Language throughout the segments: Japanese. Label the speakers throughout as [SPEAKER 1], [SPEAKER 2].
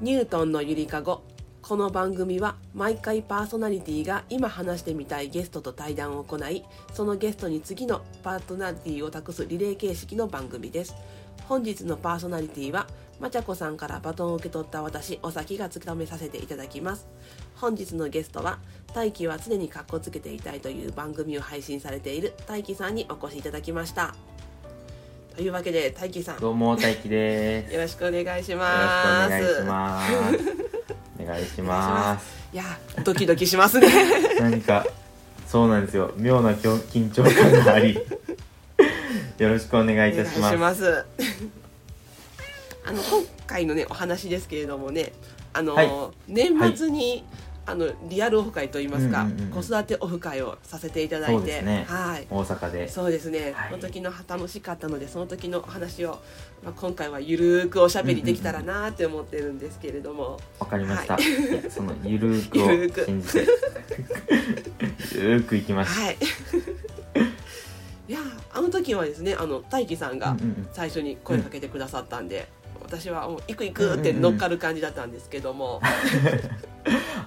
[SPEAKER 1] ニュートンのゆりかごこの番組は毎回パーソナリティが今話してみたいゲストと対談を行いそのゲストに次のパーソナリティを託すリレー形式の番組です本日のパーソナリティはまちゃこさんからバトンを受け取った私お先が務めさせていただきます本日のゲストは「大輝は常にかっこつけていたい」という番組を配信されている大輝さんにお越しいただきましたというわけで大輝さん
[SPEAKER 2] どうも大輝です。
[SPEAKER 1] よろしくお願いし
[SPEAKER 2] よ
[SPEAKER 1] ます。
[SPEAKER 2] ろしくお願いします。お願いします。
[SPEAKER 1] いや、ドキドキしますね。
[SPEAKER 2] 何かそうなんですよ。妙なきょ緊張感があり、よろしくお願いいたします。
[SPEAKER 1] お願いします。あの今回のねお話ですけれどもね、あの、
[SPEAKER 2] はい
[SPEAKER 1] 年末に、あのリアルオフ会といいますか、
[SPEAKER 2] うんうんうん
[SPEAKER 1] 子育てオフ会をさせていただい
[SPEAKER 2] そうで
[SPEAKER 1] て、
[SPEAKER 2] すね
[SPEAKER 1] はい。
[SPEAKER 2] 大阪で。
[SPEAKER 1] そうですね、
[SPEAKER 2] はい
[SPEAKER 1] その時の楽しかったのでその時のお話を、まあ、今回はゆるーくおしゃべりできたらなーって思ってるんですけれども、
[SPEAKER 2] わかりました。
[SPEAKER 1] はい
[SPEAKER 2] いやそのゆるー
[SPEAKER 1] ゆるー
[SPEAKER 2] く
[SPEAKER 1] く
[SPEAKER 2] を信じて、 ゆるーくいきまし
[SPEAKER 1] はい いやーあの時はですねあの大輝さん
[SPEAKER 2] た。
[SPEAKER 1] が
[SPEAKER 2] うんうんうん
[SPEAKER 1] 最初に声かけてくださったんで、私はもう行く行くって乗っかる感じだったんですけども、
[SPEAKER 2] あ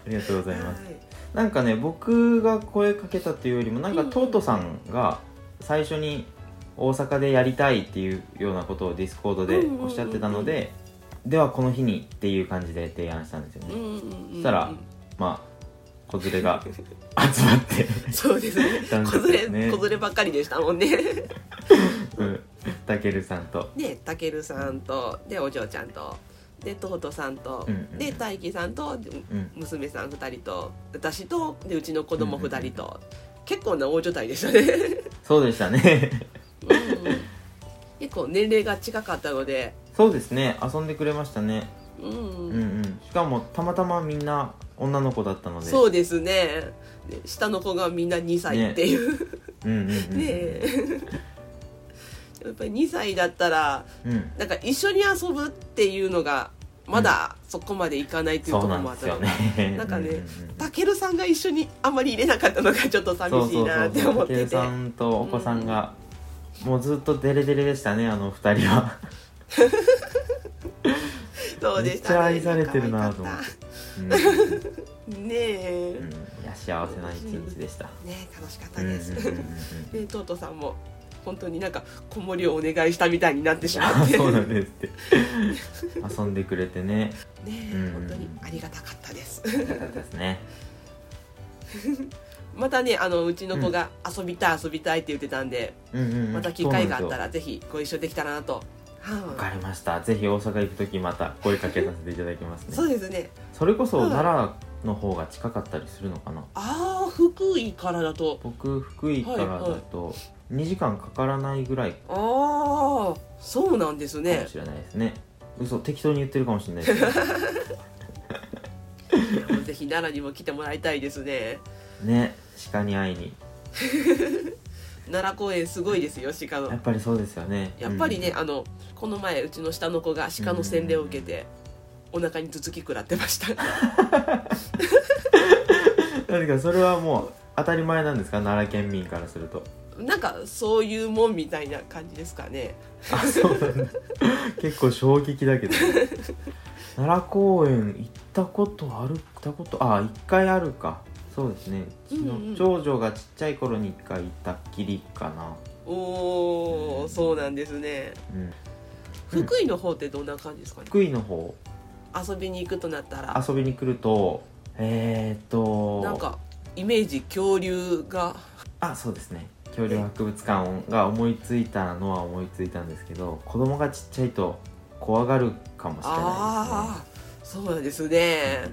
[SPEAKER 2] りがとうございます。
[SPEAKER 1] はい
[SPEAKER 2] なんかね僕が声かけたというよりもなんか
[SPEAKER 1] うん
[SPEAKER 2] トートさんが最初に大阪でやりたいっていうようなことをディスコードで
[SPEAKER 1] うんうんうんうん
[SPEAKER 2] おっしゃってたので、ではこの日にっていう感じで提案したんですよね、
[SPEAKER 1] うんうんうんうん
[SPEAKER 2] そしたらまあ子連れが 集まって、
[SPEAKER 1] そうですね
[SPEAKER 2] 男
[SPEAKER 1] 子
[SPEAKER 2] 女
[SPEAKER 1] 連れ
[SPEAKER 2] ね
[SPEAKER 1] 子連ればっかりでしたもんね
[SPEAKER 2] うん、たけるさんと
[SPEAKER 1] でたけるさんとでお嬢ちゃんとでとうとさんと、
[SPEAKER 2] うんうん
[SPEAKER 1] で大輝さんとで
[SPEAKER 2] うん
[SPEAKER 1] 娘さん2人と私とでうちの子供2人と、結構な大所帯でしたね
[SPEAKER 2] そうでしたね
[SPEAKER 1] うんうん結構年齢が近かったので
[SPEAKER 2] そうですね遊んでくれましたね、
[SPEAKER 1] うんうん
[SPEAKER 2] うんうん、しかもたまたまみんな女の子だったので、
[SPEAKER 1] そううですねで下の子がみんな2歳っていう
[SPEAKER 2] うんうんうん
[SPEAKER 1] ねえやっぱり2歳だったら
[SPEAKER 2] うん、
[SPEAKER 1] なんか一緒に遊ぶっていうのがまだそこまでいかない っていうと
[SPEAKER 2] そ
[SPEAKER 1] ころ
[SPEAKER 2] うなん
[SPEAKER 1] もあ
[SPEAKER 2] で
[SPEAKER 1] った
[SPEAKER 2] す
[SPEAKER 1] の
[SPEAKER 2] よ
[SPEAKER 1] で
[SPEAKER 2] ね
[SPEAKER 1] なんかね
[SPEAKER 2] うううん
[SPEAKER 1] たけるさんが一緒にあんまり入れなかったのがちょっと寂しいなって思っ
[SPEAKER 2] 武
[SPEAKER 1] て
[SPEAKER 2] 井
[SPEAKER 1] て
[SPEAKER 2] さんとお子さんが、もうずっとデレデレでしたねあの二人は
[SPEAKER 1] そうでした
[SPEAKER 2] めっちゃ愛されてるなと思っ
[SPEAKER 1] 可愛か
[SPEAKER 2] うん、
[SPEAKER 1] たね
[SPEAKER 2] うん
[SPEAKER 1] え、
[SPEAKER 2] いや幸せな一日でした
[SPEAKER 1] ねえ楽しかった
[SPEAKER 2] うんうんうん
[SPEAKER 1] で
[SPEAKER 2] うん
[SPEAKER 1] す、でとうとうさんも本当になんか子守りをお願いしたみたいになってしま
[SPEAKER 2] あ
[SPEAKER 1] って
[SPEAKER 2] そ
[SPEAKER 1] ね
[SPEAKER 2] うなんですって遊んでくれてね
[SPEAKER 1] え
[SPEAKER 2] うん
[SPEAKER 1] 本当にありがたかったです
[SPEAKER 2] よかったですね
[SPEAKER 1] またねあのうちの子が遊びたい遊びたいって言ってたんで、
[SPEAKER 2] うんうんうん
[SPEAKER 1] また機会があった
[SPEAKER 2] わ
[SPEAKER 1] らぜひご一緒できたらなとは
[SPEAKER 2] かりましたぜひ大阪行く時また声かけさせていただきます
[SPEAKER 1] い
[SPEAKER 2] ね
[SPEAKER 1] そう
[SPEAKER 2] そ
[SPEAKER 1] ですね
[SPEAKER 2] れこ
[SPEAKER 1] う
[SPEAKER 2] そ
[SPEAKER 1] ん
[SPEAKER 2] 奈良の方が近かったりするのかな
[SPEAKER 1] ああ福井からだと
[SPEAKER 2] 僕福井からだと2時間かからないぐらい
[SPEAKER 1] ああそうなんです
[SPEAKER 2] か
[SPEAKER 1] ね
[SPEAKER 2] もしれないですね嘘適当に言ってるかもしれないです けど
[SPEAKER 1] ぜひ奈良にも来てもらいたいですね
[SPEAKER 2] ね鹿に会いに
[SPEAKER 1] 奈良公園すごいですよ鹿
[SPEAKER 2] や
[SPEAKER 1] の
[SPEAKER 2] っぱりそうですよね
[SPEAKER 1] やっぱりね、
[SPEAKER 2] うん
[SPEAKER 1] あのこの前うちの下の子が鹿の洗礼を受けて、お腹に頭突き食らってました
[SPEAKER 2] なんかそれはもう当たり前なんですか奈良県民からすると
[SPEAKER 1] なんかそういうもんみたいな感じですかね
[SPEAKER 2] あそうなんだ結構衝撃だけど奈良公園行ったことある行ったことあ一回あるかそうですねうち
[SPEAKER 1] うんうん
[SPEAKER 2] の長女がちっちゃい頃に一回行ったっきりかな、
[SPEAKER 1] おお
[SPEAKER 2] うん
[SPEAKER 1] そうなんですね
[SPEAKER 2] うん、うん
[SPEAKER 1] 福井の方ってどんな感じですかね
[SPEAKER 2] 福井の方
[SPEAKER 1] 遊びに行くとなったら
[SPEAKER 2] 遊びに来るとえー、っと
[SPEAKER 1] なんかイメージ恐竜が
[SPEAKER 2] あそうですね恐竜博物館が思いついたのは思いついたんですけど子供がちっちゃいと怖がるかもしれな
[SPEAKER 1] ああそうなんですね
[SPEAKER 2] いですね、うん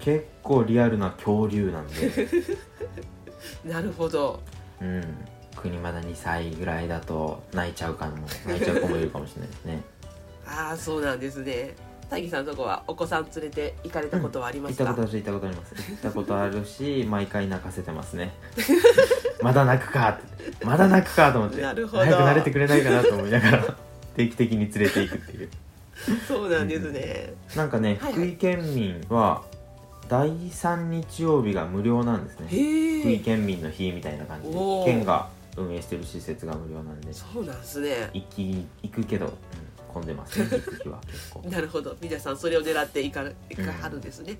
[SPEAKER 2] 結構リアルな恐竜なん で、
[SPEAKER 1] なるほど
[SPEAKER 2] うん、国まだ2歳ぐらいだと泣いちゃうかも泣いちゃう子もいるかもしれないですね
[SPEAKER 1] ああそうなんですね大輝さんのとこはお子さん連れて行かれたことはありま
[SPEAKER 2] 行っ
[SPEAKER 1] す
[SPEAKER 2] た
[SPEAKER 1] か、
[SPEAKER 2] ことあるし行ったことあります行ったことあるし毎回泣かせてますね まだ泣くかってまだ泣くかと思って
[SPEAKER 1] な
[SPEAKER 2] 早
[SPEAKER 1] る
[SPEAKER 2] く
[SPEAKER 1] ほど
[SPEAKER 2] 慣れてくれないかなと思いながら定期的に連れていくっていう
[SPEAKER 1] そうなんですね、
[SPEAKER 2] なんかね、
[SPEAKER 1] はいはい
[SPEAKER 2] 福井県民は第3日曜日が無料なんですね福
[SPEAKER 1] へ
[SPEAKER 2] 井
[SPEAKER 1] え
[SPEAKER 2] 県民の日みたいな感じで
[SPEAKER 1] おー
[SPEAKER 2] 県が運営してる施設が無料なんで
[SPEAKER 1] そうなんですね
[SPEAKER 2] 行き行くけど、うんんでますね 実績は結構
[SPEAKER 1] なるほど皆さんそれを狙っていかいかはるんですね、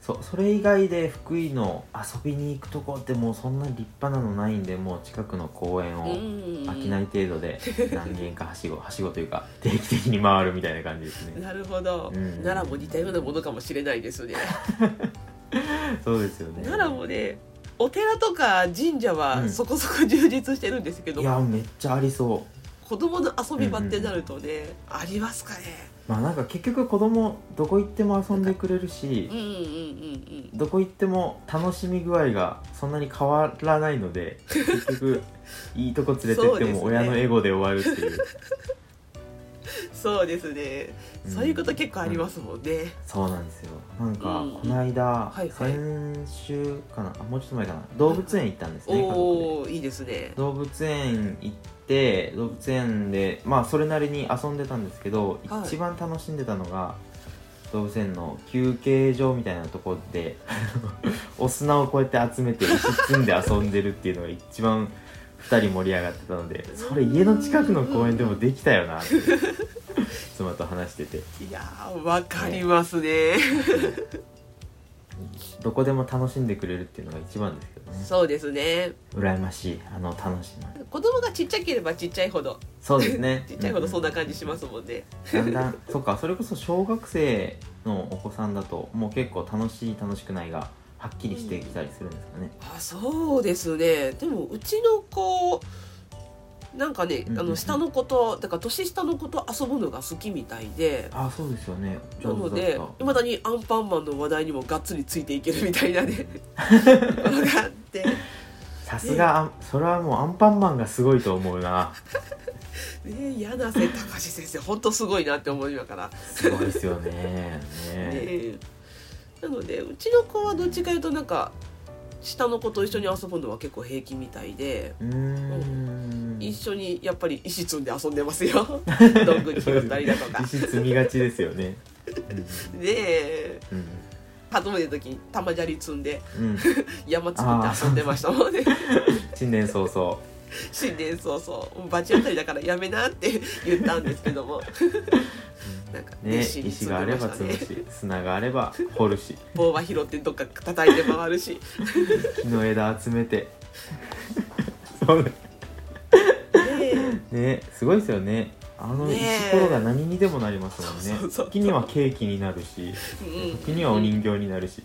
[SPEAKER 2] そうそれ以外で福井の遊びに行くとこってもうそんな立派なのないんでもう近くの公園
[SPEAKER 1] う
[SPEAKER 2] を
[SPEAKER 1] ん
[SPEAKER 2] 飽きない程 度で何軒かはしごはしごというか定期的に回るみたいな感じですね
[SPEAKER 1] なるほど、
[SPEAKER 2] うん
[SPEAKER 1] 奈良も似たようなものかもしれないですね
[SPEAKER 2] そうですよね
[SPEAKER 1] 奈良もねお寺とか神社
[SPEAKER 2] う
[SPEAKER 1] は
[SPEAKER 2] ん
[SPEAKER 1] そこそこ充実してるんですけど、
[SPEAKER 2] いやめっちゃありそう
[SPEAKER 1] 子供の遊び場ってなるとね、ありますかね
[SPEAKER 2] まあなんか結局子供どこ行っても遊んでくれるし
[SPEAKER 1] うんうんうんうん
[SPEAKER 2] どこ行っても楽しみ具合がそんなに変わらないので 結局いいとこ連れてっ
[SPEAKER 1] そうで
[SPEAKER 2] て
[SPEAKER 1] すね
[SPEAKER 2] も親のエゴで終わるっていう
[SPEAKER 1] そうですね、
[SPEAKER 2] うん
[SPEAKER 1] そういうこと結構ありますもんね、
[SPEAKER 2] そうなんですよなんか
[SPEAKER 1] うん
[SPEAKER 2] この間、
[SPEAKER 1] はいはい
[SPEAKER 2] 先週かなあもうちょっと前かな動物園行ったんですね、家族で
[SPEAKER 1] おおいいですね
[SPEAKER 2] 動物園行って動物園でまあそれなりに遊んでたんですけど、
[SPEAKER 1] はい
[SPEAKER 2] 一番楽しんでたのが動物園の休憩所みたいなところ でお砂をこうやって集めて石積んで遊んでるっていうのが一番2人盛り上がってたのでそれ家の近くの公園でもできたよなって 妻と話してて
[SPEAKER 1] いやーわかりますね
[SPEAKER 2] どこでも楽しんでくれるっていうのが一番ですけどね
[SPEAKER 1] そうですね
[SPEAKER 2] 羨ましいあの楽しみ
[SPEAKER 1] 子供がちっちゃければちっちゃいほど
[SPEAKER 2] そうです ね
[SPEAKER 1] ちっちゃいほどそんな感じしますすもんね、
[SPEAKER 2] だんだんそっかそれこそ小学生のお子さんだともう結構楽しい楽しくないがはっきりしてきたりするんですかね、
[SPEAKER 1] あそうですねでもうちの子なんかね、
[SPEAKER 2] うんうんうん
[SPEAKER 1] あの下の子とだから年下の子と遊ぶのが好きみたいで
[SPEAKER 2] ああそうですよね
[SPEAKER 1] な
[SPEAKER 2] 上
[SPEAKER 1] の
[SPEAKER 2] 手
[SPEAKER 1] で
[SPEAKER 2] だっ
[SPEAKER 1] い
[SPEAKER 2] た
[SPEAKER 1] まだにアンパンマンの話題にもがっつりついていけるみたいな ねのがあって
[SPEAKER 2] さすがあんそれはもうアンパンマンがすごいと思うな
[SPEAKER 1] ね柳瀬隆先生本当すごいなって思いながら、
[SPEAKER 2] すごいですよねね
[SPEAKER 1] ね、なのでうちの子はどっちかいうとなんか下の子と一緒に遊ぶのは結構平気みたいで。
[SPEAKER 2] うーん
[SPEAKER 1] 一緒にやっぱり石積んで遊んでます よどんぐり拾ったりだとか
[SPEAKER 2] 実質見がちですよね
[SPEAKER 1] で
[SPEAKER 2] うん、
[SPEAKER 1] 初めての時に玉砂利積んで
[SPEAKER 2] うんうん、
[SPEAKER 1] 山作って遊んでましたも んね
[SPEAKER 2] 新年早々
[SPEAKER 1] 新年早々バチ当たりだからやめなって言ったんですけど もなんか
[SPEAKER 2] ね、
[SPEAKER 1] 熱心に
[SPEAKER 2] 石
[SPEAKER 1] 積
[SPEAKER 2] があ
[SPEAKER 1] ん
[SPEAKER 2] れ
[SPEAKER 1] でま
[SPEAKER 2] ば
[SPEAKER 1] した
[SPEAKER 2] 積
[SPEAKER 1] ね
[SPEAKER 2] むし砂があれば掘るし
[SPEAKER 1] 棒は拾ってどっか叩いて回る し
[SPEAKER 2] 木の枝集めて そうね
[SPEAKER 1] で
[SPEAKER 2] ねすごいですよねあの
[SPEAKER 1] ね
[SPEAKER 2] 石
[SPEAKER 1] え
[SPEAKER 2] ころが何にでもなりますもん
[SPEAKER 1] そうそう
[SPEAKER 2] ね
[SPEAKER 1] そう
[SPEAKER 2] 時にはケーキになるし
[SPEAKER 1] うん
[SPEAKER 2] 時にはお人形になるし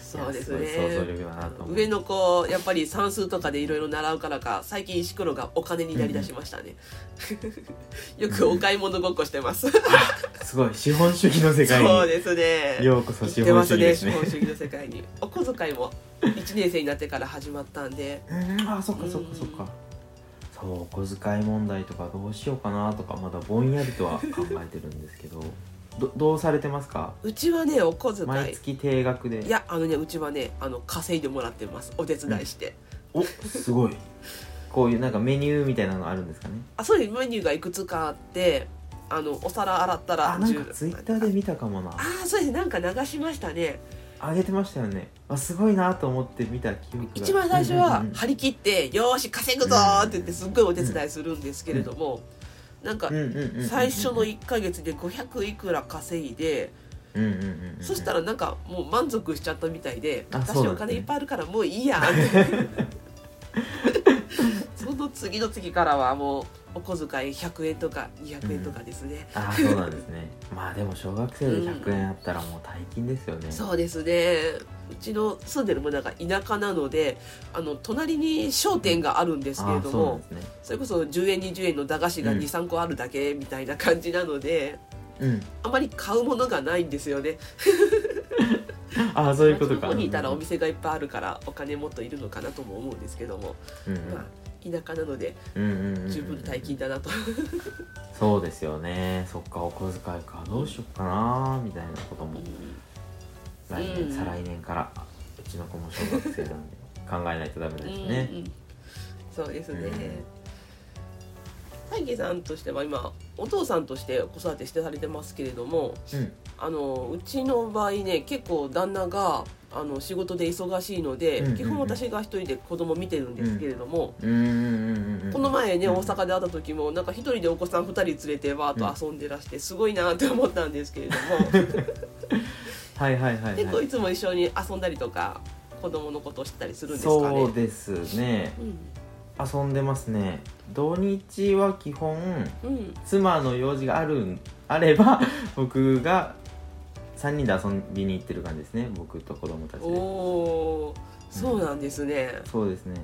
[SPEAKER 1] そうです
[SPEAKER 2] いやごい想像
[SPEAKER 1] ね
[SPEAKER 2] 力だなと思う
[SPEAKER 1] 上の子やっぱり算数とかでいろいろ習うからか最近石黒がお金になりだしましたね よくお買い物ごっこしてます
[SPEAKER 2] すごい資本主義の世界
[SPEAKER 1] そう
[SPEAKER 2] に
[SPEAKER 1] ですね
[SPEAKER 2] ようこそ
[SPEAKER 1] 行
[SPEAKER 2] 資
[SPEAKER 1] って
[SPEAKER 2] 本
[SPEAKER 1] ます
[SPEAKER 2] 主義で
[SPEAKER 1] ね
[SPEAKER 2] す
[SPEAKER 1] 資
[SPEAKER 2] ね
[SPEAKER 1] 本主義の世界にお小遣いも1年生になってから始まったんで
[SPEAKER 2] うん あそっかそっかそっかそうお小遣い問題とかどうしようかなとかまだぼんやりとは考えてるんですけど どどうされてますか
[SPEAKER 1] うちはねお小遣
[SPEAKER 2] 毎
[SPEAKER 1] い
[SPEAKER 2] 月定額で
[SPEAKER 1] いやあのねうちはねあの稼いでもらってますお手伝いして、
[SPEAKER 2] おすごいこういうなんかメニューみたいなのあるんですかね
[SPEAKER 1] あそういうメニューがいくつかあってあのお皿洗ったら
[SPEAKER 2] あなん
[SPEAKER 1] 10
[SPEAKER 2] かツイッターで見たかもな
[SPEAKER 1] ああそうですねなんか流しましたね
[SPEAKER 2] あげてましたよねあすごいなと思って見た記憶が
[SPEAKER 1] 一番最初は
[SPEAKER 2] うんうんうん
[SPEAKER 1] 張り切って「よーし稼ぐぞ!」って言ってすっごいお手伝いするんですけれどもなんか
[SPEAKER 2] うんうんうんうん
[SPEAKER 1] 最初の1ヶ月で500いくら稼いで
[SPEAKER 2] うんうんうんうん
[SPEAKER 1] そしたらなんかもう満足しちゃったみたいで「
[SPEAKER 2] あ
[SPEAKER 1] 私
[SPEAKER 2] そうなん
[SPEAKER 1] お
[SPEAKER 2] ですね
[SPEAKER 1] 金いっぱいあるからもういいや」 ってその次の次からはもうお小遣い100円とか200円とかですね、
[SPEAKER 2] あそうなんで すねまあでも小学生で100円あったらもう大金ですよね、
[SPEAKER 1] そうですねうちの住んでる村が田舎なのであの隣に商店があるんですけれ
[SPEAKER 2] あ
[SPEAKER 1] ど
[SPEAKER 2] そうな
[SPEAKER 1] も
[SPEAKER 2] んですね
[SPEAKER 1] それこそ10円20円の駄菓子が
[SPEAKER 2] うん
[SPEAKER 1] 23個あるだけみたいな感じなので、
[SPEAKER 2] うん
[SPEAKER 1] あまり買うものがないんですよね
[SPEAKER 2] あそういうこと
[SPEAKER 1] ま
[SPEAKER 2] か
[SPEAKER 1] あ地方にいたらお店がいっぱいあるからお金もっといるのかなとも思うんですけども、
[SPEAKER 2] うんうん
[SPEAKER 1] まあ、田舎なので
[SPEAKER 2] うんうんうんうん
[SPEAKER 1] 十分大金だなと、
[SPEAKER 2] そうですよねそっかお小遣いかどうしようかなみたいなことも来年、
[SPEAKER 1] うん
[SPEAKER 2] 再来年からうちの子も小学生なんで考えないとダメですね
[SPEAKER 1] うんうんそうです
[SPEAKER 2] う
[SPEAKER 1] ね
[SPEAKER 2] ん
[SPEAKER 1] 大輝さんとしては今お父さんとして子育てしてされてますけれども
[SPEAKER 2] うん
[SPEAKER 1] あのうちの場合ね結構旦那があの仕事で忙しいので、
[SPEAKER 2] うんうんうん
[SPEAKER 1] 基本私が一人で子供見てるんですけれども、
[SPEAKER 2] うんうんうんうん
[SPEAKER 1] この前ね、
[SPEAKER 2] うん
[SPEAKER 1] 大阪で会った時もなんか一人でお子さん二人連れてわーっと遊んでらしてすごいなって思ったんですけれども、
[SPEAKER 2] はいはいはい、はい、
[SPEAKER 1] 結構いつも一緒に遊んだりとか子供のことを知ったりするんですかね
[SPEAKER 2] そうですね
[SPEAKER 1] う
[SPEAKER 2] 遊んでますね土日は基本
[SPEAKER 1] んうん
[SPEAKER 2] 妻の用事があるんあれば 僕が3人で遊びに行ってる感じですね僕と子供たち
[SPEAKER 1] お
[SPEAKER 2] で
[SPEAKER 1] おーそうなんですね
[SPEAKER 2] そうですね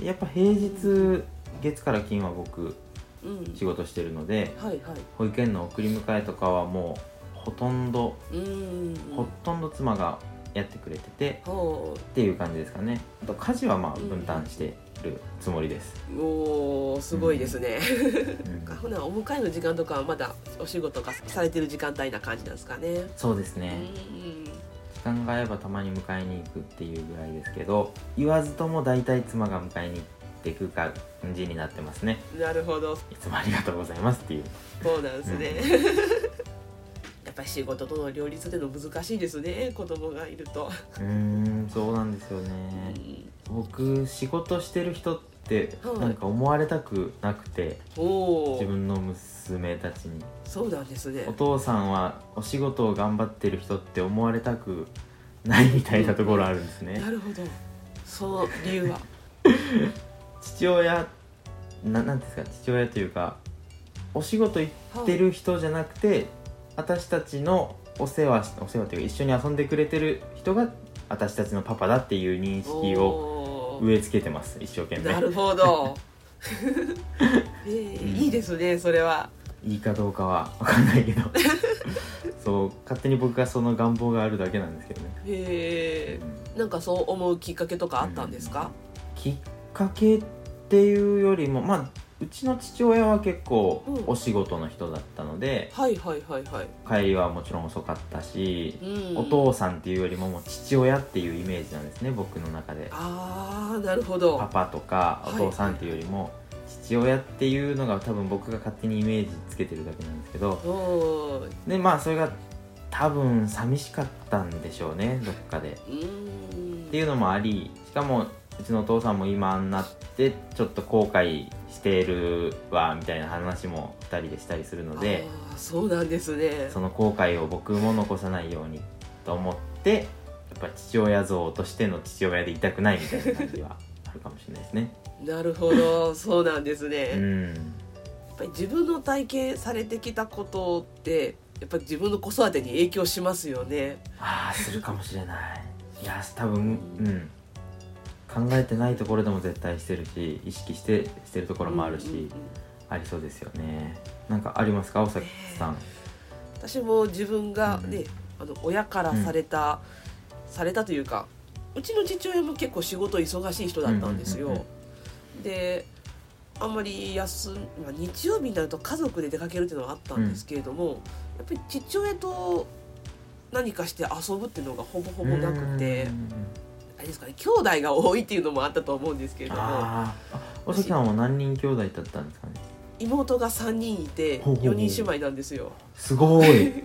[SPEAKER 2] やっぱ平日月から金は僕
[SPEAKER 1] うん
[SPEAKER 2] 仕事してるので
[SPEAKER 1] はいはい
[SPEAKER 2] 保育園の送り迎えとかはもうほとんど、
[SPEAKER 1] うん
[SPEAKER 2] ほとんど妻がやってくれてて
[SPEAKER 1] ほ
[SPEAKER 2] っていう感じですかねあと家事はまあ分担してるつもりです、
[SPEAKER 1] うおーすごいですね、
[SPEAKER 2] うん
[SPEAKER 1] ほなお迎えの時間とかはまだお仕事がされてる時間帯な感じなんですかね
[SPEAKER 2] そうです
[SPEAKER 1] う
[SPEAKER 2] ね、
[SPEAKER 1] ん
[SPEAKER 2] 時間が合えばたまに迎えに行くっていうぐらいですけど言わずとも大体妻が迎えに行ってく感じになってますね
[SPEAKER 1] なるほど
[SPEAKER 2] いつもありがとうございますっていう
[SPEAKER 1] そうなんですね、 やっぱり仕事との両立での難しいですね子供がいると、
[SPEAKER 2] うーんそうなんですよね僕仕事してる人って
[SPEAKER 1] はい
[SPEAKER 2] なんか思われたくなくて、
[SPEAKER 1] おお
[SPEAKER 2] 自分の娘たちに
[SPEAKER 1] そうなんですね
[SPEAKER 2] お父さんはお仕事を頑張ってる人って思われたくないみたいなところあるんですね
[SPEAKER 1] なるほどその理由は
[SPEAKER 2] 父親ななんていうんですか父親というかお仕事行ってる人じゃなくて私たちのお世話しお世話というか一緒に遊んでくれてる人が私たちのパパだっていう認識を
[SPEAKER 1] おー
[SPEAKER 2] 植え付けてます一生懸
[SPEAKER 1] な
[SPEAKER 2] 命
[SPEAKER 1] るほ ど、えーいいですねそれはい
[SPEAKER 2] いかどうかは 分かんないけどそう勝手に僕がその願望があるだけなんですけどね、
[SPEAKER 1] へえなんかそう思うきっかけとかあったんですか、
[SPEAKER 2] きっかけっていうよりもまあうちの父親は結構
[SPEAKER 1] うん
[SPEAKER 2] お仕事の人だったので、
[SPEAKER 1] はいはいはいはい、
[SPEAKER 2] 帰りはもちろん遅かったし、
[SPEAKER 1] うん、
[SPEAKER 2] お父さんっていうよりももう父親っていうイメージなんですね僕の中で
[SPEAKER 1] あーなるほ
[SPEAKER 2] パ
[SPEAKER 1] ど
[SPEAKER 2] パとか
[SPEAKER 1] はい
[SPEAKER 2] お父さんっていうよりも父親っていうのが多分僕が勝手にイメージつけてるだけなんですけど
[SPEAKER 1] おー
[SPEAKER 2] でまあそれが多分寂しかったんでしょうねどっかで。
[SPEAKER 1] うーん
[SPEAKER 2] っていうのもありしかもうちのお父さんも今になってちょっと後悔してるわみたいな話も2人でしたりするので
[SPEAKER 1] あーそうなんですね
[SPEAKER 2] その後悔を僕も残さないようにと思ってやっぱ父親像としての父親でいたくないみたいな感じはあるかもしれないです ね。
[SPEAKER 1] なるほ どそうなんですね、
[SPEAKER 2] う
[SPEAKER 1] やっ
[SPEAKER 2] ん
[SPEAKER 1] ぱり自分の体験されてきたことってやっぱり自分の子育てに影響しますよね
[SPEAKER 2] ああするかもしれないいや多分うん考えてないところでも絶対してるし意識してしてるところもあるし、
[SPEAKER 1] うんうんうん
[SPEAKER 2] ありそうですよねなんかありますか尾崎さん、
[SPEAKER 1] 私も自分がね、あの親からされた、されたというかうちの父親も結構仕事忙しい人だったんですよ、
[SPEAKER 2] うんうんうん
[SPEAKER 1] であんまり休ん、まあ、日曜日になると家族で出かけるっていうのはあったんですけれども、やっぱり父親と何かして遊ぶっていうのがほぼほぼなくて
[SPEAKER 2] うん
[SPEAKER 1] あれですかね兄弟が多いっていうのもあったと思うんですけれども
[SPEAKER 2] あーあ尾崎さんは何人兄弟だった んですかね
[SPEAKER 1] 妹が3人いて
[SPEAKER 2] ほうほうほう
[SPEAKER 1] 4人姉妹なんですよ。
[SPEAKER 2] すごい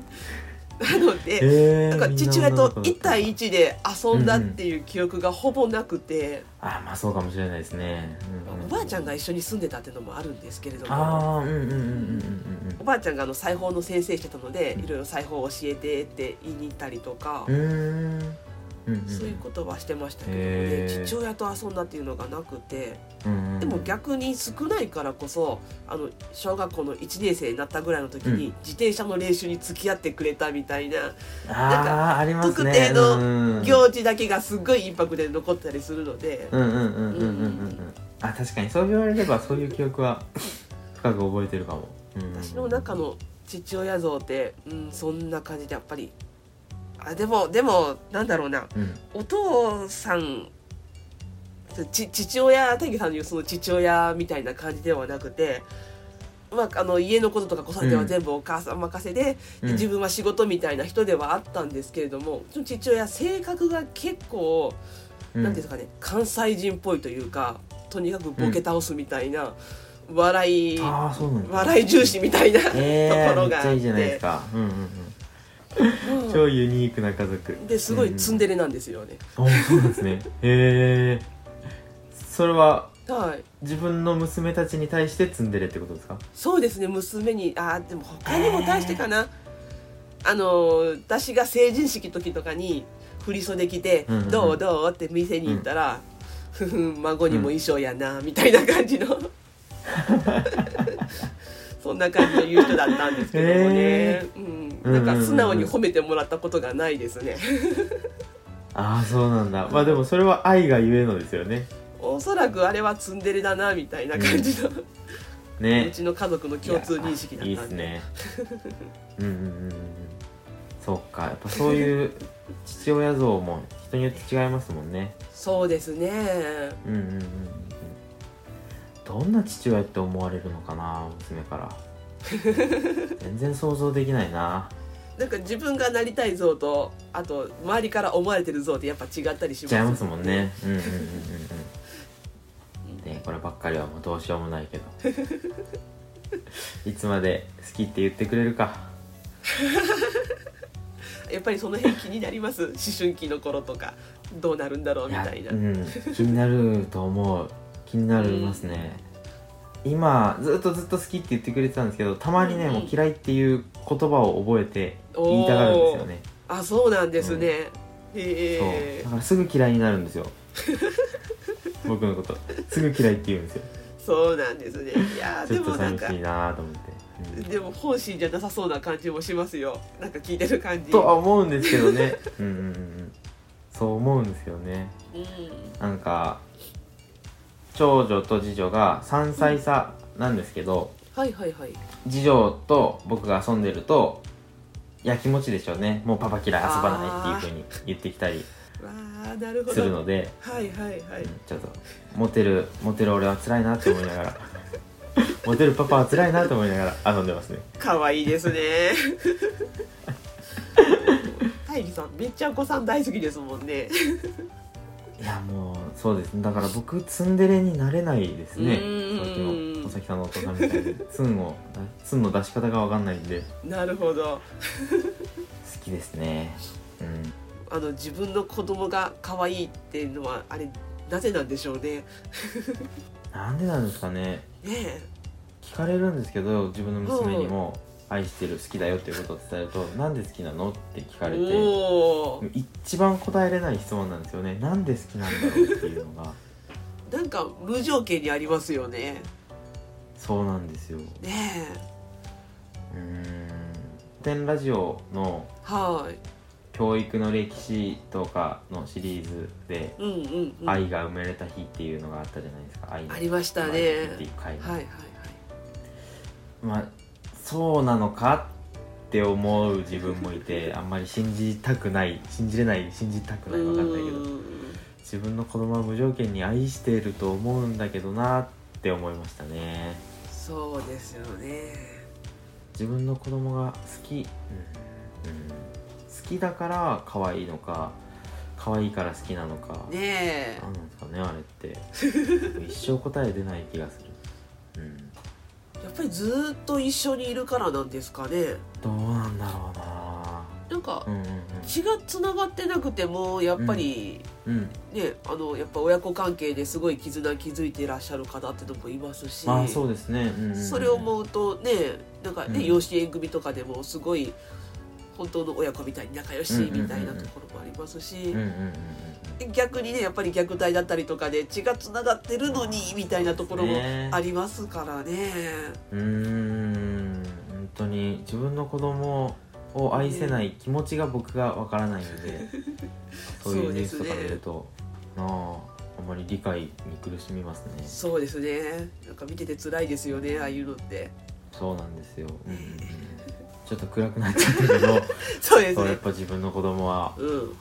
[SPEAKER 1] なので、
[SPEAKER 2] え
[SPEAKER 1] な
[SPEAKER 2] ー
[SPEAKER 1] んか父親と1対
[SPEAKER 2] みんな女の子だった
[SPEAKER 1] 1で遊んだっていう記憶がほぼなくて、
[SPEAKER 2] あまあそうかもしれないですね、うんうん
[SPEAKER 1] おばあちゃんが一緒に住んでたっていうのもあるんですけれども
[SPEAKER 2] ああうんうんうんうんうん
[SPEAKER 1] おばあちゃんがあの裁縫の先生してたので
[SPEAKER 2] うん
[SPEAKER 1] いろいろ裁縫教えてって言いに行ったりとか
[SPEAKER 2] う、んうーんうん
[SPEAKER 1] そういうことはしてましたけど、
[SPEAKER 2] へ
[SPEAKER 1] ね、
[SPEAKER 2] ー
[SPEAKER 1] 父親と遊んだっていうのがなくて
[SPEAKER 2] と、うんうん
[SPEAKER 1] でも逆に少ないからこそあの小学校の1年生になったぐらいの時に
[SPEAKER 2] うん
[SPEAKER 1] 自転車の練習に付き合ってくれたみたいななん
[SPEAKER 2] ああありますね
[SPEAKER 1] 特定の
[SPEAKER 2] の
[SPEAKER 1] 行事だけがすっごいインパクトで残ってたりするので。
[SPEAKER 2] うんうんうんうんうんうんう
[SPEAKER 1] うんうん
[SPEAKER 2] んあ確かにそう言われればそういう記憶は深く覚えてるかも、うんうんうん
[SPEAKER 1] 私の中の父親像って、うん、そんな感じでやっぱりあでもでもなんだろうな
[SPEAKER 2] うん
[SPEAKER 1] お父さんち父親大義さんの言うその父親みたいな感じではなくて、まあ、あの家のこととか子育ては全部お母さん任せで、
[SPEAKER 2] うん
[SPEAKER 1] 自分は仕事みたいな人ではあったんですけれどもその父親性格が結構
[SPEAKER 2] うん
[SPEAKER 1] なんていうんですかね関西人っぽいというかとにかくボケ倒すみたいな、笑い
[SPEAKER 2] ああそうなんだ
[SPEAKER 1] 笑い重視みたいな。
[SPEAKER 2] えー
[SPEAKER 1] ところ
[SPEAKER 2] めっ
[SPEAKER 1] があって
[SPEAKER 2] ちゃいいじゃないですかうんうんうん
[SPEAKER 1] うん
[SPEAKER 2] 超ユニークな家族
[SPEAKER 1] ですごいツンデ
[SPEAKER 2] る、
[SPEAKER 1] レなんですよね、
[SPEAKER 2] うん、あそうなんですねへえそれは
[SPEAKER 1] はい
[SPEAKER 2] 自分の娘たちに対してツンデレってことですか
[SPEAKER 1] そうですね娘にあーでも他にも対してかな、あのー私が成人式の時とかに振り袖着て「
[SPEAKER 2] うんうんうん
[SPEAKER 1] どうどう?」って店に行ったら「ふふん孫にも衣装やな」みたいな感じの そんな感じの言う人だったんですけどもね、
[SPEAKER 2] へ
[SPEAKER 1] うん、なんか素直に褒めてもらったことがないですね
[SPEAKER 2] ああそうなんだまあでもそれは愛がゆえのですよね
[SPEAKER 1] おそらくあれはツンデレだなみたいな感じの、う
[SPEAKER 2] ね
[SPEAKER 1] ちの家族の共通認識だったんで
[SPEAKER 2] いやいいっすねうんうんうんうんそうかやっぱそういう父親像も人によって違いますもんね
[SPEAKER 1] そうですね
[SPEAKER 2] うんうんうんうんどんな父親って思われるのかな娘から 全然想像できないな
[SPEAKER 1] なんか自分がなりたい像とあと周りから思われてる像ってやっぱ違ったりします
[SPEAKER 2] 違いますもんねうんうんうんうんうんねこればっかりはもうどうしようもない けどいつまで好きって言ってくれるか
[SPEAKER 1] やっぱりその辺気になります思春期の頃とかどうなるんだろう
[SPEAKER 2] い
[SPEAKER 1] み
[SPEAKER 2] や
[SPEAKER 1] たいな
[SPEAKER 2] うん、気になると思う気になりますね、今ずっとずっと好きって言ってくれてたんですけどたまにね、
[SPEAKER 1] うんうん
[SPEAKER 2] もう嫌いっていう言葉を覚えて言いたがるんですよね
[SPEAKER 1] あそうなんですね、へ
[SPEAKER 2] そう
[SPEAKER 1] え
[SPEAKER 2] だからすぐ嫌いになるんです よ僕のことすぐ嫌いって言うんですよ
[SPEAKER 1] そうなんですねいやー
[SPEAKER 2] ち
[SPEAKER 1] で
[SPEAKER 2] ょっと
[SPEAKER 1] もなん
[SPEAKER 2] 寂
[SPEAKER 1] か
[SPEAKER 2] しいなと思って、うん
[SPEAKER 1] でも本心じゃなさそうな感じもしますよなんか聞いてる感じ
[SPEAKER 2] とは思うんですけど ねうんうんうんそう思うんですよね
[SPEAKER 1] うん
[SPEAKER 2] なんか長女と次女が3歳差なんですけど、
[SPEAKER 1] はいはいはい
[SPEAKER 2] 次女と僕が遊んでるとやきもちでしょうねもうパパ嫌い遊ばないっていうふうに言ってきたり
[SPEAKER 1] わあなるほ
[SPEAKER 2] する
[SPEAKER 1] ど
[SPEAKER 2] ので、
[SPEAKER 1] はいはいは
[SPEAKER 2] う
[SPEAKER 1] い
[SPEAKER 2] んちょっとモテるモテる俺は辛いなって思いな がらモテるパパは辛いなと思いながら遊んでますね
[SPEAKER 1] 可愛いですね。大義さん、めっちゃお子さん大好きですもんね。
[SPEAKER 2] いやもうそうですねだから僕ツンデレになれないですね
[SPEAKER 1] うーん
[SPEAKER 2] さっきの小崎さんのお父さんみたいにツンをツンの出し方が分かんないんで好
[SPEAKER 1] なるほど。
[SPEAKER 2] きですねうん
[SPEAKER 1] あの自分の子供が可愛いっていうのはあれなぜなんでしょうね。
[SPEAKER 2] なんでなんですかね
[SPEAKER 1] ね
[SPEAKER 2] 聞かれるんですけど自分の娘にも「愛してる好きだよ」っていうことを伝えると「なんで好きなの?」って聞か
[SPEAKER 1] え。
[SPEAKER 2] れて
[SPEAKER 1] おお。
[SPEAKER 2] 一番答えれない質問なんですよねなんで好きなんだろうっていうのが
[SPEAKER 1] なんか無条件にありますよね。
[SPEAKER 2] そうなんですよう
[SPEAKER 1] ねえ。
[SPEAKER 2] ーん「天ラジオ」の
[SPEAKER 1] はい。
[SPEAKER 2] 教育の歴史とかのシリーズで
[SPEAKER 1] うんうん、
[SPEAKER 2] 「
[SPEAKER 1] うん。
[SPEAKER 2] 愛が生まれた日」っていうのがあったじゃないですか「愛の
[SPEAKER 1] ありましたね
[SPEAKER 2] 生まれた日っていう回
[SPEAKER 1] はいはいはい。
[SPEAKER 2] まあそうなのかって思う自分もい てあんまり信じたくない信じれない信じたくない分かんないけど自分の子供は無条件に愛していると思うんだけどなって思いましたね
[SPEAKER 1] そうですよね。
[SPEAKER 2] 自分の子供が好き、うんうん、好きだから可愛いのか可愛いから好きなのか、
[SPEAKER 1] ねえ。
[SPEAKER 2] 何なんですかねあれって一生答え出ない気がする、うん、
[SPEAKER 1] やっぱりずーっと一緒にいるからなんですかね。
[SPEAKER 2] どうなんだろうな
[SPEAKER 1] なんか。
[SPEAKER 2] うんうん
[SPEAKER 1] 血がつながってなくてもやっぱり、
[SPEAKER 2] うんうん
[SPEAKER 1] ねあのやっぱ親子関係ですごい絆築いていらっしゃる方ってのもいますし、
[SPEAKER 2] まあそうですね、うんうんうん
[SPEAKER 1] それを思うとねなんかね、
[SPEAKER 2] うん
[SPEAKER 1] 養子縁組とかでもすごい本当の親子みたいに仲良し
[SPEAKER 2] うん
[SPEAKER 1] みたいなところもありますし、
[SPEAKER 2] うんうんうんうん
[SPEAKER 1] で逆にねやっぱり虐待だったりとかで血がつながってるのにみたいなところもありますからね。
[SPEAKER 2] うーん本当に自分の子供を愛せない気持ちが僕がわからないので、 そういうニュースとか見ると、なああまり理解に苦しみますね
[SPEAKER 1] そうですねなんか見てて辛いですよねああいうのって
[SPEAKER 2] そうなんですよ、うんうんうんちょっと暗くなっちゃったけ ど
[SPEAKER 1] そうです
[SPEAKER 2] そうや
[SPEAKER 1] ね
[SPEAKER 2] っぱ自分の子供は
[SPEAKER 1] うん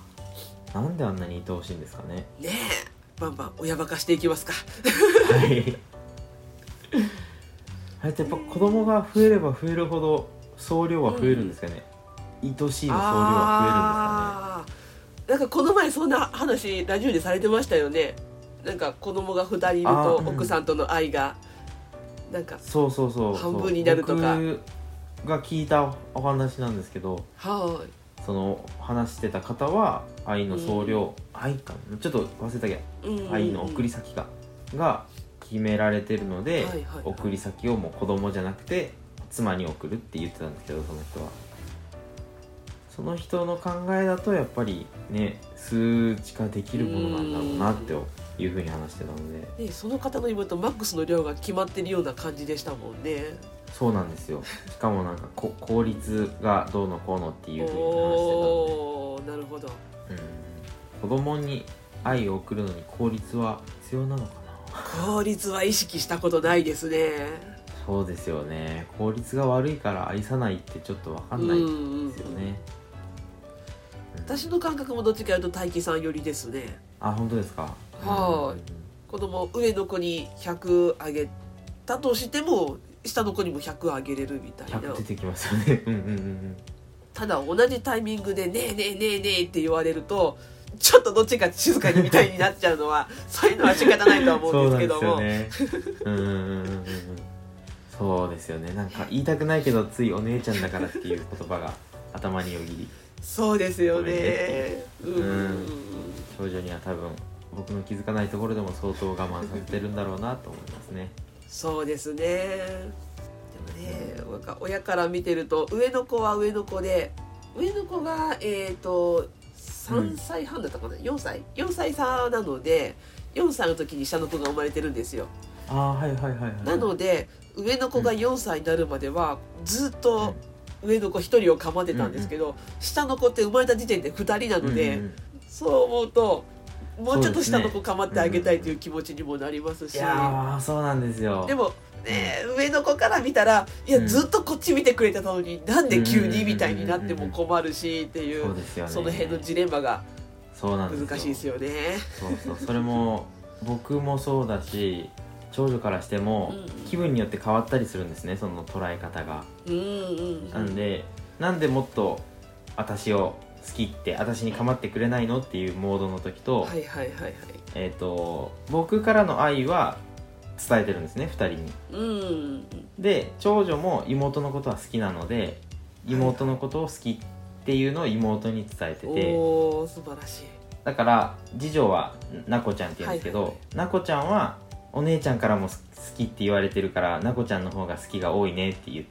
[SPEAKER 2] なんであんなに愛おしいんですかね
[SPEAKER 1] ねえバンバン親バカしていきますか
[SPEAKER 2] はいあれってやっぱ子供が増えれば増えるほど総量は増えるんですかね、愛しいの総量は
[SPEAKER 1] あーなんかこの前そんな話ラジオでされてましたよねなんか子供が2人いると
[SPEAKER 2] あーうん
[SPEAKER 1] 奥さんとの愛がなんか
[SPEAKER 2] 増えるんですかねそうそうそうそう
[SPEAKER 1] 半分になるとか
[SPEAKER 2] 僕が聞いたお話なんですけど
[SPEAKER 1] はーい
[SPEAKER 2] その話してた方は愛の総量、愛かなちょっと忘れたけ
[SPEAKER 1] うんうんう
[SPEAKER 2] ど
[SPEAKER 1] ん
[SPEAKER 2] 愛の送り先がが決められてるの
[SPEAKER 1] はい
[SPEAKER 2] で、
[SPEAKER 1] はいはい
[SPEAKER 2] 送り先をもう子供じゃなくて妻に送るって言ってたんですけどその人はその人の考えだとやっぱりね数値化できるものなんだろうなっていうふうに話してたので
[SPEAKER 1] ね、その方の言うとマックスの量が決まってるような感じでしたもんね。
[SPEAKER 2] そうなんですよしかもなんかこ効率がどうのこうのっていうふうに話してたので。
[SPEAKER 1] おおーなるほど。
[SPEAKER 2] うん子供に愛を送るのに効率は必要なのかな
[SPEAKER 1] 効率は意識したことないですね。
[SPEAKER 2] そうですよね効率が悪いから愛さないってちょっと分か
[SPEAKER 1] うんん
[SPEAKER 2] ないで
[SPEAKER 1] うん
[SPEAKER 2] すよね、うん
[SPEAKER 1] 私の感覚もどっちかというと大輝さん寄りですね。
[SPEAKER 2] あ本当ですか
[SPEAKER 1] はい子供上の子に100あげたとしても下の子にも100あげれるみたいな
[SPEAKER 2] 100出てきますよねうんうんうんうん
[SPEAKER 1] ただ同じタイミングで「ねえねえねえねえ」って言われるとちょっとどっちか静かにみたいになっちゃうの はそういうのは仕方ないとは思
[SPEAKER 2] そううん
[SPEAKER 1] ですけ
[SPEAKER 2] なんで
[SPEAKER 1] ど
[SPEAKER 2] す
[SPEAKER 1] も
[SPEAKER 2] よ。ねうんうんうんうんうんそうですよねなんか言いたくないけどついお姉ちゃんだからっていう言葉が頭によぎり
[SPEAKER 1] そうですよ
[SPEAKER 2] ごめん
[SPEAKER 1] ね
[SPEAKER 2] ね。
[SPEAKER 1] うん
[SPEAKER 2] うん少女には多分僕の気づかないところでも相当我慢させてるんだろうなと思いますね
[SPEAKER 1] そうですね。でもね、なんか親から見てると上の子は上の子で、上の子がえっ、と三歳半だったかな、四、歳、四歳差なので、四歳の時に下の子が生まれてるんですよ。
[SPEAKER 2] ああはいはいはいはい
[SPEAKER 1] なので上の子が4歳になるまではずっと上の子1人を構ってたんですけど、下の子って生まれた時点で2人なので、
[SPEAKER 2] うんうんうん
[SPEAKER 1] そう思うともうちょっ
[SPEAKER 2] そう
[SPEAKER 1] と
[SPEAKER 2] ですね
[SPEAKER 1] 下の子構ってあげたいという気持ちにもなりますし、
[SPEAKER 2] いやーそうなんですよ
[SPEAKER 1] でも、ね、上の子から見たらいや
[SPEAKER 2] うん
[SPEAKER 1] ずっとこっち見てくれてたのになんで急に
[SPEAKER 2] うん
[SPEAKER 1] みたいになっても困るしってい
[SPEAKER 2] そう
[SPEAKER 1] う
[SPEAKER 2] ですよね
[SPEAKER 1] その辺のジレンマが
[SPEAKER 2] そうなんですよ
[SPEAKER 1] 難しいですよね。
[SPEAKER 2] そうそうそれも僕もそうだし長女からしても
[SPEAKER 1] うん
[SPEAKER 2] 気分によって変わったりするんですねその捉え方が
[SPEAKER 1] うんうんう
[SPEAKER 2] なんでなんでもっと私を好きって私に構ってくれないのっていうモードの時と,、
[SPEAKER 1] はいはいはいはい。
[SPEAKER 2] えー、と僕からの愛は伝えてるんですね2人に
[SPEAKER 1] うん
[SPEAKER 2] で長女も妹のことは好きなので妹のことを好きっていうのを妹に伝えてて、
[SPEAKER 1] おお素晴らしい。
[SPEAKER 2] だから次女はなこちゃんって言うんですけど、
[SPEAKER 1] はいはい
[SPEAKER 2] なこちゃんはお姉ちゃんからも好きって言われてるからなこちゃんの方が好きが多いねって 言っ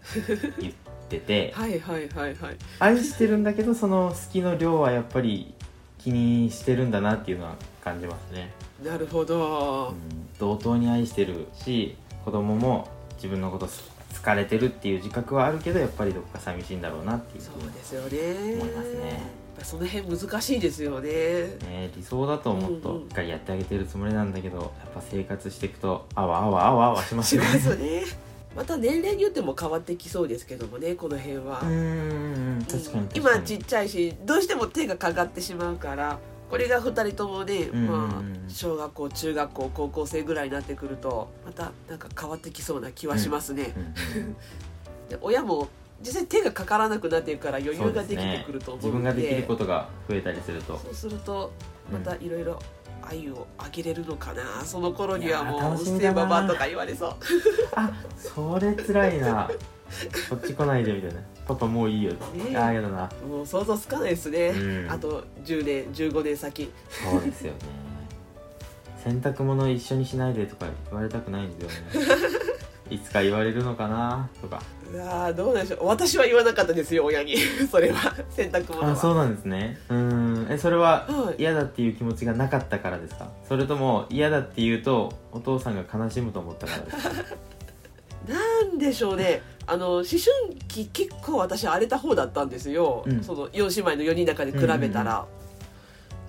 [SPEAKER 2] 言ってて
[SPEAKER 1] はいはいはいはい。
[SPEAKER 2] 愛してるんだけどその好きの量はやっぱり気にしてるんだなっていうのは感じますね、
[SPEAKER 1] なるほ
[SPEAKER 2] う
[SPEAKER 1] ど。
[SPEAKER 2] ん、同等に愛してるし子供も自分のこと好き好かれてるっていう自覚はあるけどやっぱりどっか寂しいんだろうなっていう
[SPEAKER 1] そうですよね。
[SPEAKER 2] 思いますね
[SPEAKER 1] やっぱその辺難しいですよね。
[SPEAKER 2] ね、理想だともっ
[SPEAKER 1] うんう
[SPEAKER 2] と
[SPEAKER 1] ん
[SPEAKER 2] しっかりやってあげてるつもりなんだけど、やっぱ生活していくとあわあわあわあわします
[SPEAKER 1] し
[SPEAKER 2] よ
[SPEAKER 1] ま
[SPEAKER 2] ね。
[SPEAKER 1] すね。また年齢によっても変わってきそうですけどもね、この辺は
[SPEAKER 2] う。ーん確かに確かに
[SPEAKER 1] 今ちっちゃいし、どうしても手がかかってしまうから。これが2人ともね、
[SPEAKER 2] うん
[SPEAKER 1] まあ、小学校中学校高校生ぐらいになってくるとまたなんか変わってきそうな気はしますね、
[SPEAKER 2] うん
[SPEAKER 1] で親も実際手がかからなくなっていくから余
[SPEAKER 2] そう
[SPEAKER 1] 裕
[SPEAKER 2] で
[SPEAKER 1] が
[SPEAKER 2] す
[SPEAKER 1] でき
[SPEAKER 2] ね
[SPEAKER 1] てくると思
[SPEAKER 2] 自
[SPEAKER 1] うの
[SPEAKER 2] 分
[SPEAKER 1] で
[SPEAKER 2] ができることが増えたりすると
[SPEAKER 1] そうすると
[SPEAKER 2] う
[SPEAKER 1] ま
[SPEAKER 2] ん
[SPEAKER 1] たいろいろ愛をあげれるのかな、その頃にはい
[SPEAKER 2] やー
[SPEAKER 1] もう「う
[SPEAKER 2] 楽し
[SPEAKER 1] っ
[SPEAKER 2] み
[SPEAKER 1] せえ
[SPEAKER 2] だな
[SPEAKER 1] ばば」とか言われそう
[SPEAKER 2] あそれ辛いなこっち来ないでみたいなパパもういいよ、
[SPEAKER 1] ね
[SPEAKER 2] ああやだな
[SPEAKER 1] もう想像つかないですね、
[SPEAKER 2] うん
[SPEAKER 1] あと10年15年先
[SPEAKER 2] そうですよね洗濯物一緒にしないでとか言われたくないんです よねいつか言われるのかなとか
[SPEAKER 1] うわーどうなんでしょう私は言わなかったですよ親に それは洗濯物は
[SPEAKER 2] あそうなんですねうんえそれは
[SPEAKER 1] はい
[SPEAKER 2] 嫌だっていう気持ちがなかったからですかそれとも嫌だって言うとお父さんが悲しむと思ったからですか
[SPEAKER 1] なんでしょうねあの思春期結構私荒れた方だったんですよ、
[SPEAKER 2] うん
[SPEAKER 1] その4姉妹の4人の中で比べたら、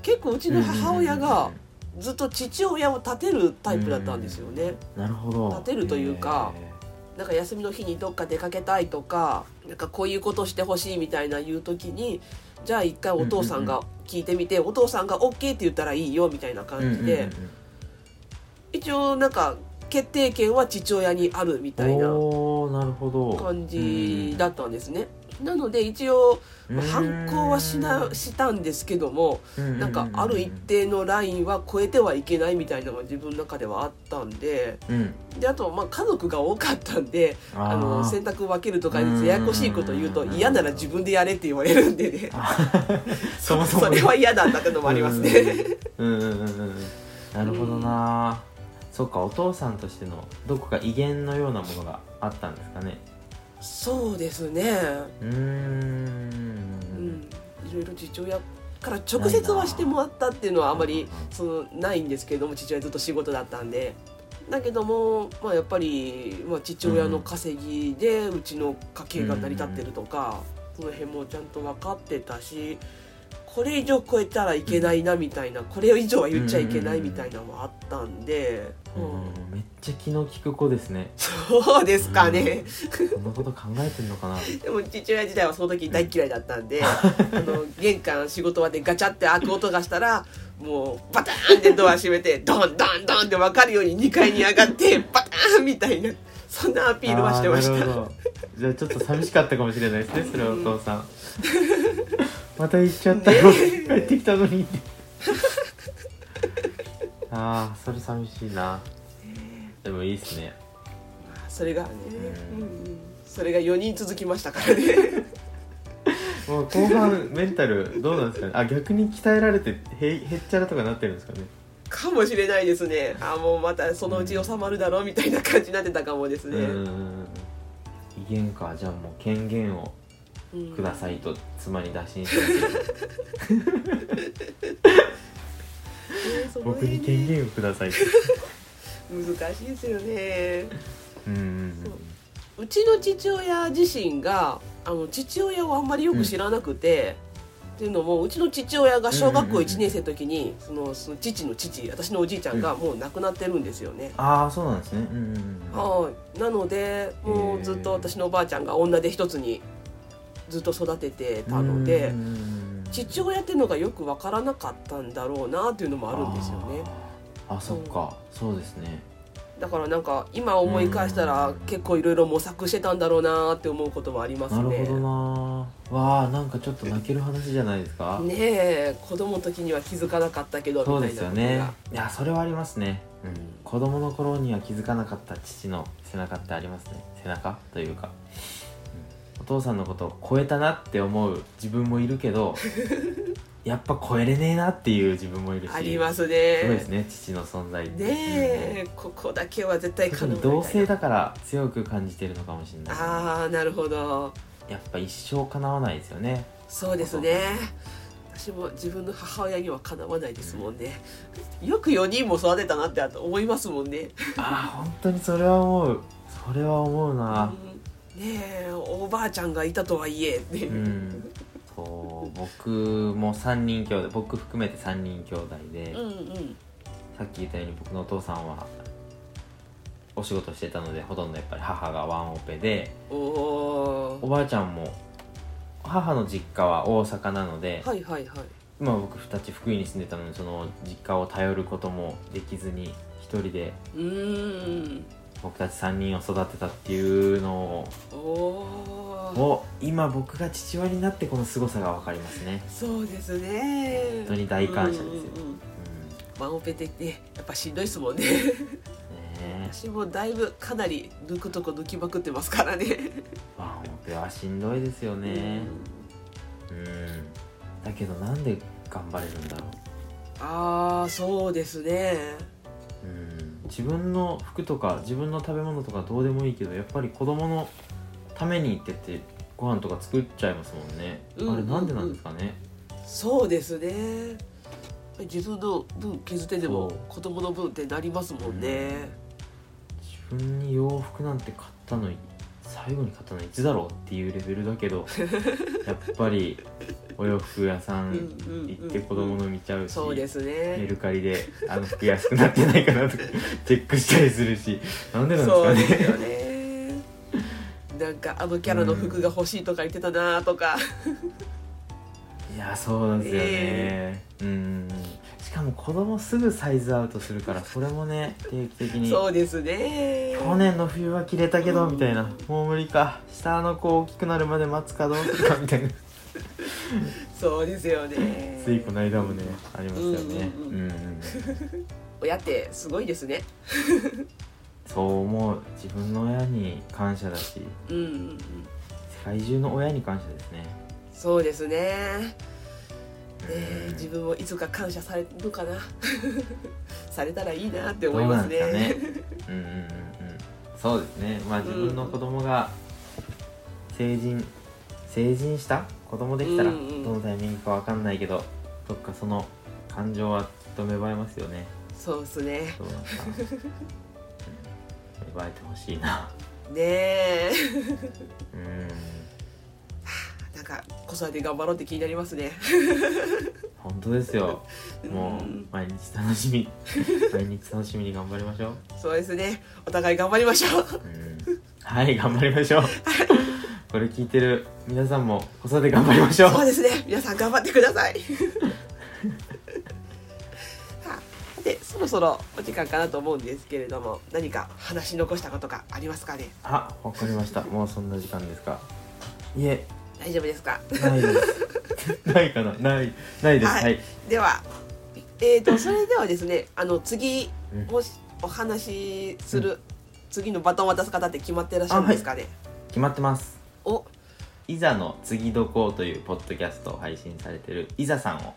[SPEAKER 1] 結構うちの母親がずっと父親を立てるタイプだったんですよね、
[SPEAKER 2] なるほど
[SPEAKER 1] 立てるというか
[SPEAKER 2] へ
[SPEAKER 1] なんか休みの日にどっか出かけたいとかなんかこういうことしてほしいみたいな言う時にじゃあ一回お父さんが聞いてみて、お父さんが OK って言ったらいいよみたいな
[SPEAKER 2] ー
[SPEAKER 1] 感じで、一応なんか決定権は父親にあるみ
[SPEAKER 2] うん
[SPEAKER 1] た
[SPEAKER 2] うんうん
[SPEAKER 1] いな
[SPEAKER 2] おーなるほど
[SPEAKER 1] 感じだったんですね。なので一応
[SPEAKER 2] うーん
[SPEAKER 1] 反抗はしなしたんですけどもなんかある一定のラインは超えてはいけないみたいなのが自分の中ではあったんで
[SPEAKER 2] うん
[SPEAKER 1] であとまあ家族が多かったんで
[SPEAKER 2] あ
[SPEAKER 1] あの
[SPEAKER 2] ー
[SPEAKER 1] 洗濯分けるとかややこしいこと言うと
[SPEAKER 2] うん
[SPEAKER 1] 嫌なら自分でやれって言われるんでね
[SPEAKER 2] そもそも
[SPEAKER 1] それは嫌だったってのもありますね。
[SPEAKER 2] うんうんうんうんなるほどな、そうかお父さんとしてのどこか威厳のようなものがあったんですかね
[SPEAKER 1] そうですね、
[SPEAKER 2] うーん
[SPEAKER 1] うん、いろいろ父親から直接はしてもらったっていうのはあまりそのないんですけれども父親ずっと仕事だったんでだけども、まあ、やっぱり、まあ、父親の稼ぎでうちの家計が成り立ってるとか、その辺もちゃんと分かってたしこれ以上超えたらいけないなみたいなこれ以上は言っちゃいけないみたいなのもあったんで、
[SPEAKER 2] う
[SPEAKER 1] うん
[SPEAKER 2] んめっちゃ気の利く子ですね
[SPEAKER 1] そうですかね、
[SPEAKER 2] そんなこと考えてんのかな
[SPEAKER 1] でも父親自体はその時大嫌いだったんであの玄関仕事場でガチャって開く音がしたらもうバターンってドア閉めてドンドンドンって分かるように2階に上が ってバターンみたいなそんなアピールはしてまし
[SPEAKER 2] あーな
[SPEAKER 1] た
[SPEAKER 2] るほどじゃあちょっと寂しかったかもしれないですねそれはお父さんまた行っちゃったよ、帰ってきたのにああそれ寂しいなでもいいですね
[SPEAKER 1] それがね、
[SPEAKER 2] うん
[SPEAKER 1] うんそれが4人続きましたからね
[SPEAKER 2] もう後半メンタルどうなんですかねあ逆に鍛えられてへいへっちゃらとかなってるんですかね
[SPEAKER 1] かもしれないですねあもうまたそのうち収まるだろうみたいな感じになってたかもです
[SPEAKER 2] う
[SPEAKER 1] ね、
[SPEAKER 2] ーん威厳かじゃあもう権限を
[SPEAKER 1] うん
[SPEAKER 2] くださいと妻に打診して
[SPEAKER 1] ねその
[SPEAKER 2] 僕
[SPEAKER 1] 辺
[SPEAKER 2] に権限をくださいと
[SPEAKER 1] 難しいですよね
[SPEAKER 2] うんうん
[SPEAKER 1] うちの父親自身があの父親をあんまりよく知らなくて、っていうのもうちの父親が小学校1年生の時に、そのその父の父私のおじいちゃんがもう亡くなってるんですよね。
[SPEAKER 2] ああそうなんですねうんうんうん
[SPEAKER 1] はいなのでもうずっと私のおばあちゃんが女手一つにずっと育ててたので、
[SPEAKER 2] うんうんうん
[SPEAKER 1] 父親っていうのがよくわからなかったんだろうなっていうのもあるんですよね。
[SPEAKER 2] あーあそっかそうですね
[SPEAKER 1] だからなんか今思い返したら結構いろいろ模索してたんだろうなって思うこともあります
[SPEAKER 2] な
[SPEAKER 1] ね。
[SPEAKER 2] るほどなわあなんかちょっと泣ける話じゃないですか
[SPEAKER 1] ねえ子供の時には気づかなかったけどみた
[SPEAKER 2] そ
[SPEAKER 1] いうな
[SPEAKER 2] ですよねいやそれはありますね、うん、子供の頃には気づかなかった父の背中ってありますね背中というか、うんお父さんのことを超えたなって思う自分もいるけ どやっぱ超えれねえなっていう自分もいるし
[SPEAKER 1] あります
[SPEAKER 2] そうで
[SPEAKER 1] ね
[SPEAKER 2] すね父の存在って
[SPEAKER 1] ねえここだけは絶対
[SPEAKER 2] 特
[SPEAKER 1] 可能
[SPEAKER 2] に同性だから強く感じてるのかもしれない
[SPEAKER 1] ああなるほど
[SPEAKER 2] やっぱ一生叶わないですよね
[SPEAKER 1] そうですね私も自分の母親にはかなわないですもんねよく4人も育てたなって思いますもんね
[SPEAKER 2] ああ本当にそれは思うそれは思うな、、
[SPEAKER 1] うんねえおばあちゃんがいたとはいえっていううん
[SPEAKER 2] そう僕も3人兄弟僕含めて3人兄弟で、
[SPEAKER 1] うんうん
[SPEAKER 2] さっき言ったように僕のお父さんはお仕事してたのでほとんどやっぱり母がワンオペで
[SPEAKER 1] おお
[SPEAKER 2] おばあちゃんも母の実家は大阪なので、
[SPEAKER 1] はいはいはい
[SPEAKER 2] 今僕二ち福井に住んでたのでその実家を頼ることもできずに一人で
[SPEAKER 1] うーん
[SPEAKER 2] 僕たち3人を育てたっていうの
[SPEAKER 1] おお
[SPEAKER 2] を今僕が父親になってこの凄さが分かりますね、
[SPEAKER 1] そうですね
[SPEAKER 2] 本当に大感謝です
[SPEAKER 1] う
[SPEAKER 2] よ
[SPEAKER 1] んうんうん
[SPEAKER 2] うん
[SPEAKER 1] ワンオペでねやっぱしんどいですもん ね
[SPEAKER 2] ねえ
[SPEAKER 1] 私もだいぶかなり抜くとこ抜きまくってますからね
[SPEAKER 2] ワンオペはしんどいですよねうんだけどなんで頑張れるんだろ
[SPEAKER 1] ああそうですね
[SPEAKER 2] ううん自分の服とか自分の食べ物とかどうでもいいけどやっぱり子供のためにってってご飯とか作っちゃいますもんね、
[SPEAKER 1] うん
[SPEAKER 2] あれなんでなんですかね、
[SPEAKER 1] そうですね自分の分削ってでも
[SPEAKER 2] そう
[SPEAKER 1] 子供の分ってなりますもんね、
[SPEAKER 2] 自分に洋服なんて買ったのい最後に買ったのいつだろうっていうレベルだけ どやっぱりお洋服屋さ
[SPEAKER 1] うんんうん
[SPEAKER 2] 行って子供の見ちゃうし、
[SPEAKER 1] そうです
[SPEAKER 2] メ
[SPEAKER 1] ね
[SPEAKER 2] ルカリであの服安くなってないかなと かチェックしたりするしなんでなんです
[SPEAKER 1] そ
[SPEAKER 2] か
[SPEAKER 1] うです
[SPEAKER 2] ね
[SPEAKER 1] よねなんかあのキャラの服が欲しいとか言ってたなとか、
[SPEAKER 2] いやそうなんですよね、うんしかも子供すぐサイズアウトするからそれもね定期的に
[SPEAKER 1] そうですね
[SPEAKER 2] 去年の冬は着れたけどみたいなもう無理か下の子大きくなるまで待つかどうするかみたいな
[SPEAKER 1] そうですよね
[SPEAKER 2] ついこの間もねありましたよね
[SPEAKER 1] う
[SPEAKER 2] うんん
[SPEAKER 1] うん親ってすごいですね
[SPEAKER 2] そう思う自分の親に感謝だし
[SPEAKER 1] うんうんうん
[SPEAKER 2] 世界中の親に感謝ですね
[SPEAKER 1] そうですねねえ
[SPEAKER 2] うん
[SPEAKER 1] 自分もいつか感謝されるかな されたらいいなって
[SPEAKER 2] ど
[SPEAKER 1] 思いうま
[SPEAKER 2] な
[SPEAKER 1] す
[SPEAKER 2] んですかね
[SPEAKER 1] ね。
[SPEAKER 2] うんうんうんうん。そうですね。まあ自分の子供が成人成人した子供できたら
[SPEAKER 1] う
[SPEAKER 2] ど
[SPEAKER 1] んうん
[SPEAKER 2] のタイミングかわかんないけど、どっかその感情はきっと芽生えますよね。
[SPEAKER 1] そうですね
[SPEAKER 2] どうなのかな。うん芽生えてほしいな。
[SPEAKER 1] ねえ
[SPEAKER 2] うん。
[SPEAKER 1] なんか子育て頑張ろうって気になりますね
[SPEAKER 2] 本当ですよ。もう
[SPEAKER 1] うん
[SPEAKER 2] 毎日楽しみ毎日楽しみに頑張りましょう。
[SPEAKER 1] そうですねお互い頑張りましょう
[SPEAKER 2] うんはい頑張りましょう。これ聞いてる皆さんも子育て頑張りましょう。
[SPEAKER 1] そうですね皆さん頑張ってくださ いさあさてそろそろお時間かなと思うんですけれども何か話し残したことがありますかね
[SPEAKER 2] あ、わかりました。もうそんな時間ですか。いえ、
[SPEAKER 1] 大丈夫ですか
[SPEAKER 2] ない です。ないかな、ない、ないです。
[SPEAKER 1] は
[SPEAKER 2] はいい。
[SPEAKER 1] では、えー、 とそれではですねあの次
[SPEAKER 2] うん
[SPEAKER 1] もしお話しする、次のバトンを渡す方って決まってらっしゃるんですかね、
[SPEAKER 2] 決まってます。
[SPEAKER 1] お
[SPEAKER 2] いざの次どこというポッドキャストを配信されてるいざさんを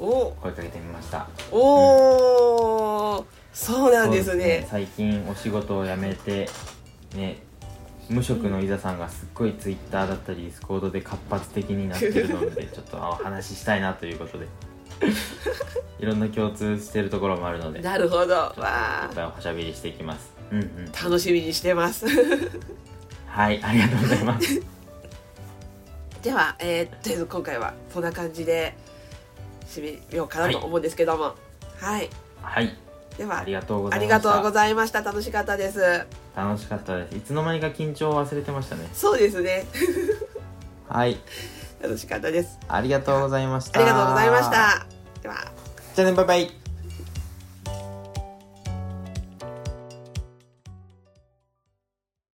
[SPEAKER 1] お
[SPEAKER 2] 声かけてみました。
[SPEAKER 1] おー、そうなんです
[SPEAKER 2] そう
[SPEAKER 1] ね
[SPEAKER 2] 最近お仕事を辞めて、ね、無職のいざさんがすっごいツイッターだったり、ディスコードで活発的になってる ので、ちょっとお話ししたいなということで。いろんな共通してるところもあるので、
[SPEAKER 1] なるほどわ
[SPEAKER 2] ちょっとい
[SPEAKER 1] あ
[SPEAKER 2] っぱいおしゃべりしていきます。うんうん。
[SPEAKER 1] 楽しみにしてます
[SPEAKER 2] はい、ありがとうございます。
[SPEAKER 1] では、えー、とりあえず今回はそんな感じで締めようかなと思うんですけどもはい、
[SPEAKER 2] はい、
[SPEAKER 1] では
[SPEAKER 2] ありがとうござ
[SPEAKER 1] あ
[SPEAKER 2] いま
[SPEAKER 1] り
[SPEAKER 2] した。
[SPEAKER 1] がとうございました楽しかったです
[SPEAKER 2] 楽しかったです。いつの間にか緊張を忘れてましたね。
[SPEAKER 1] そうですね
[SPEAKER 2] はい、
[SPEAKER 1] 楽しかったです
[SPEAKER 2] ありがとうございまし
[SPEAKER 1] あ
[SPEAKER 2] た。
[SPEAKER 1] りがとうございまし。たでは
[SPEAKER 2] じゃあね、バイバイ。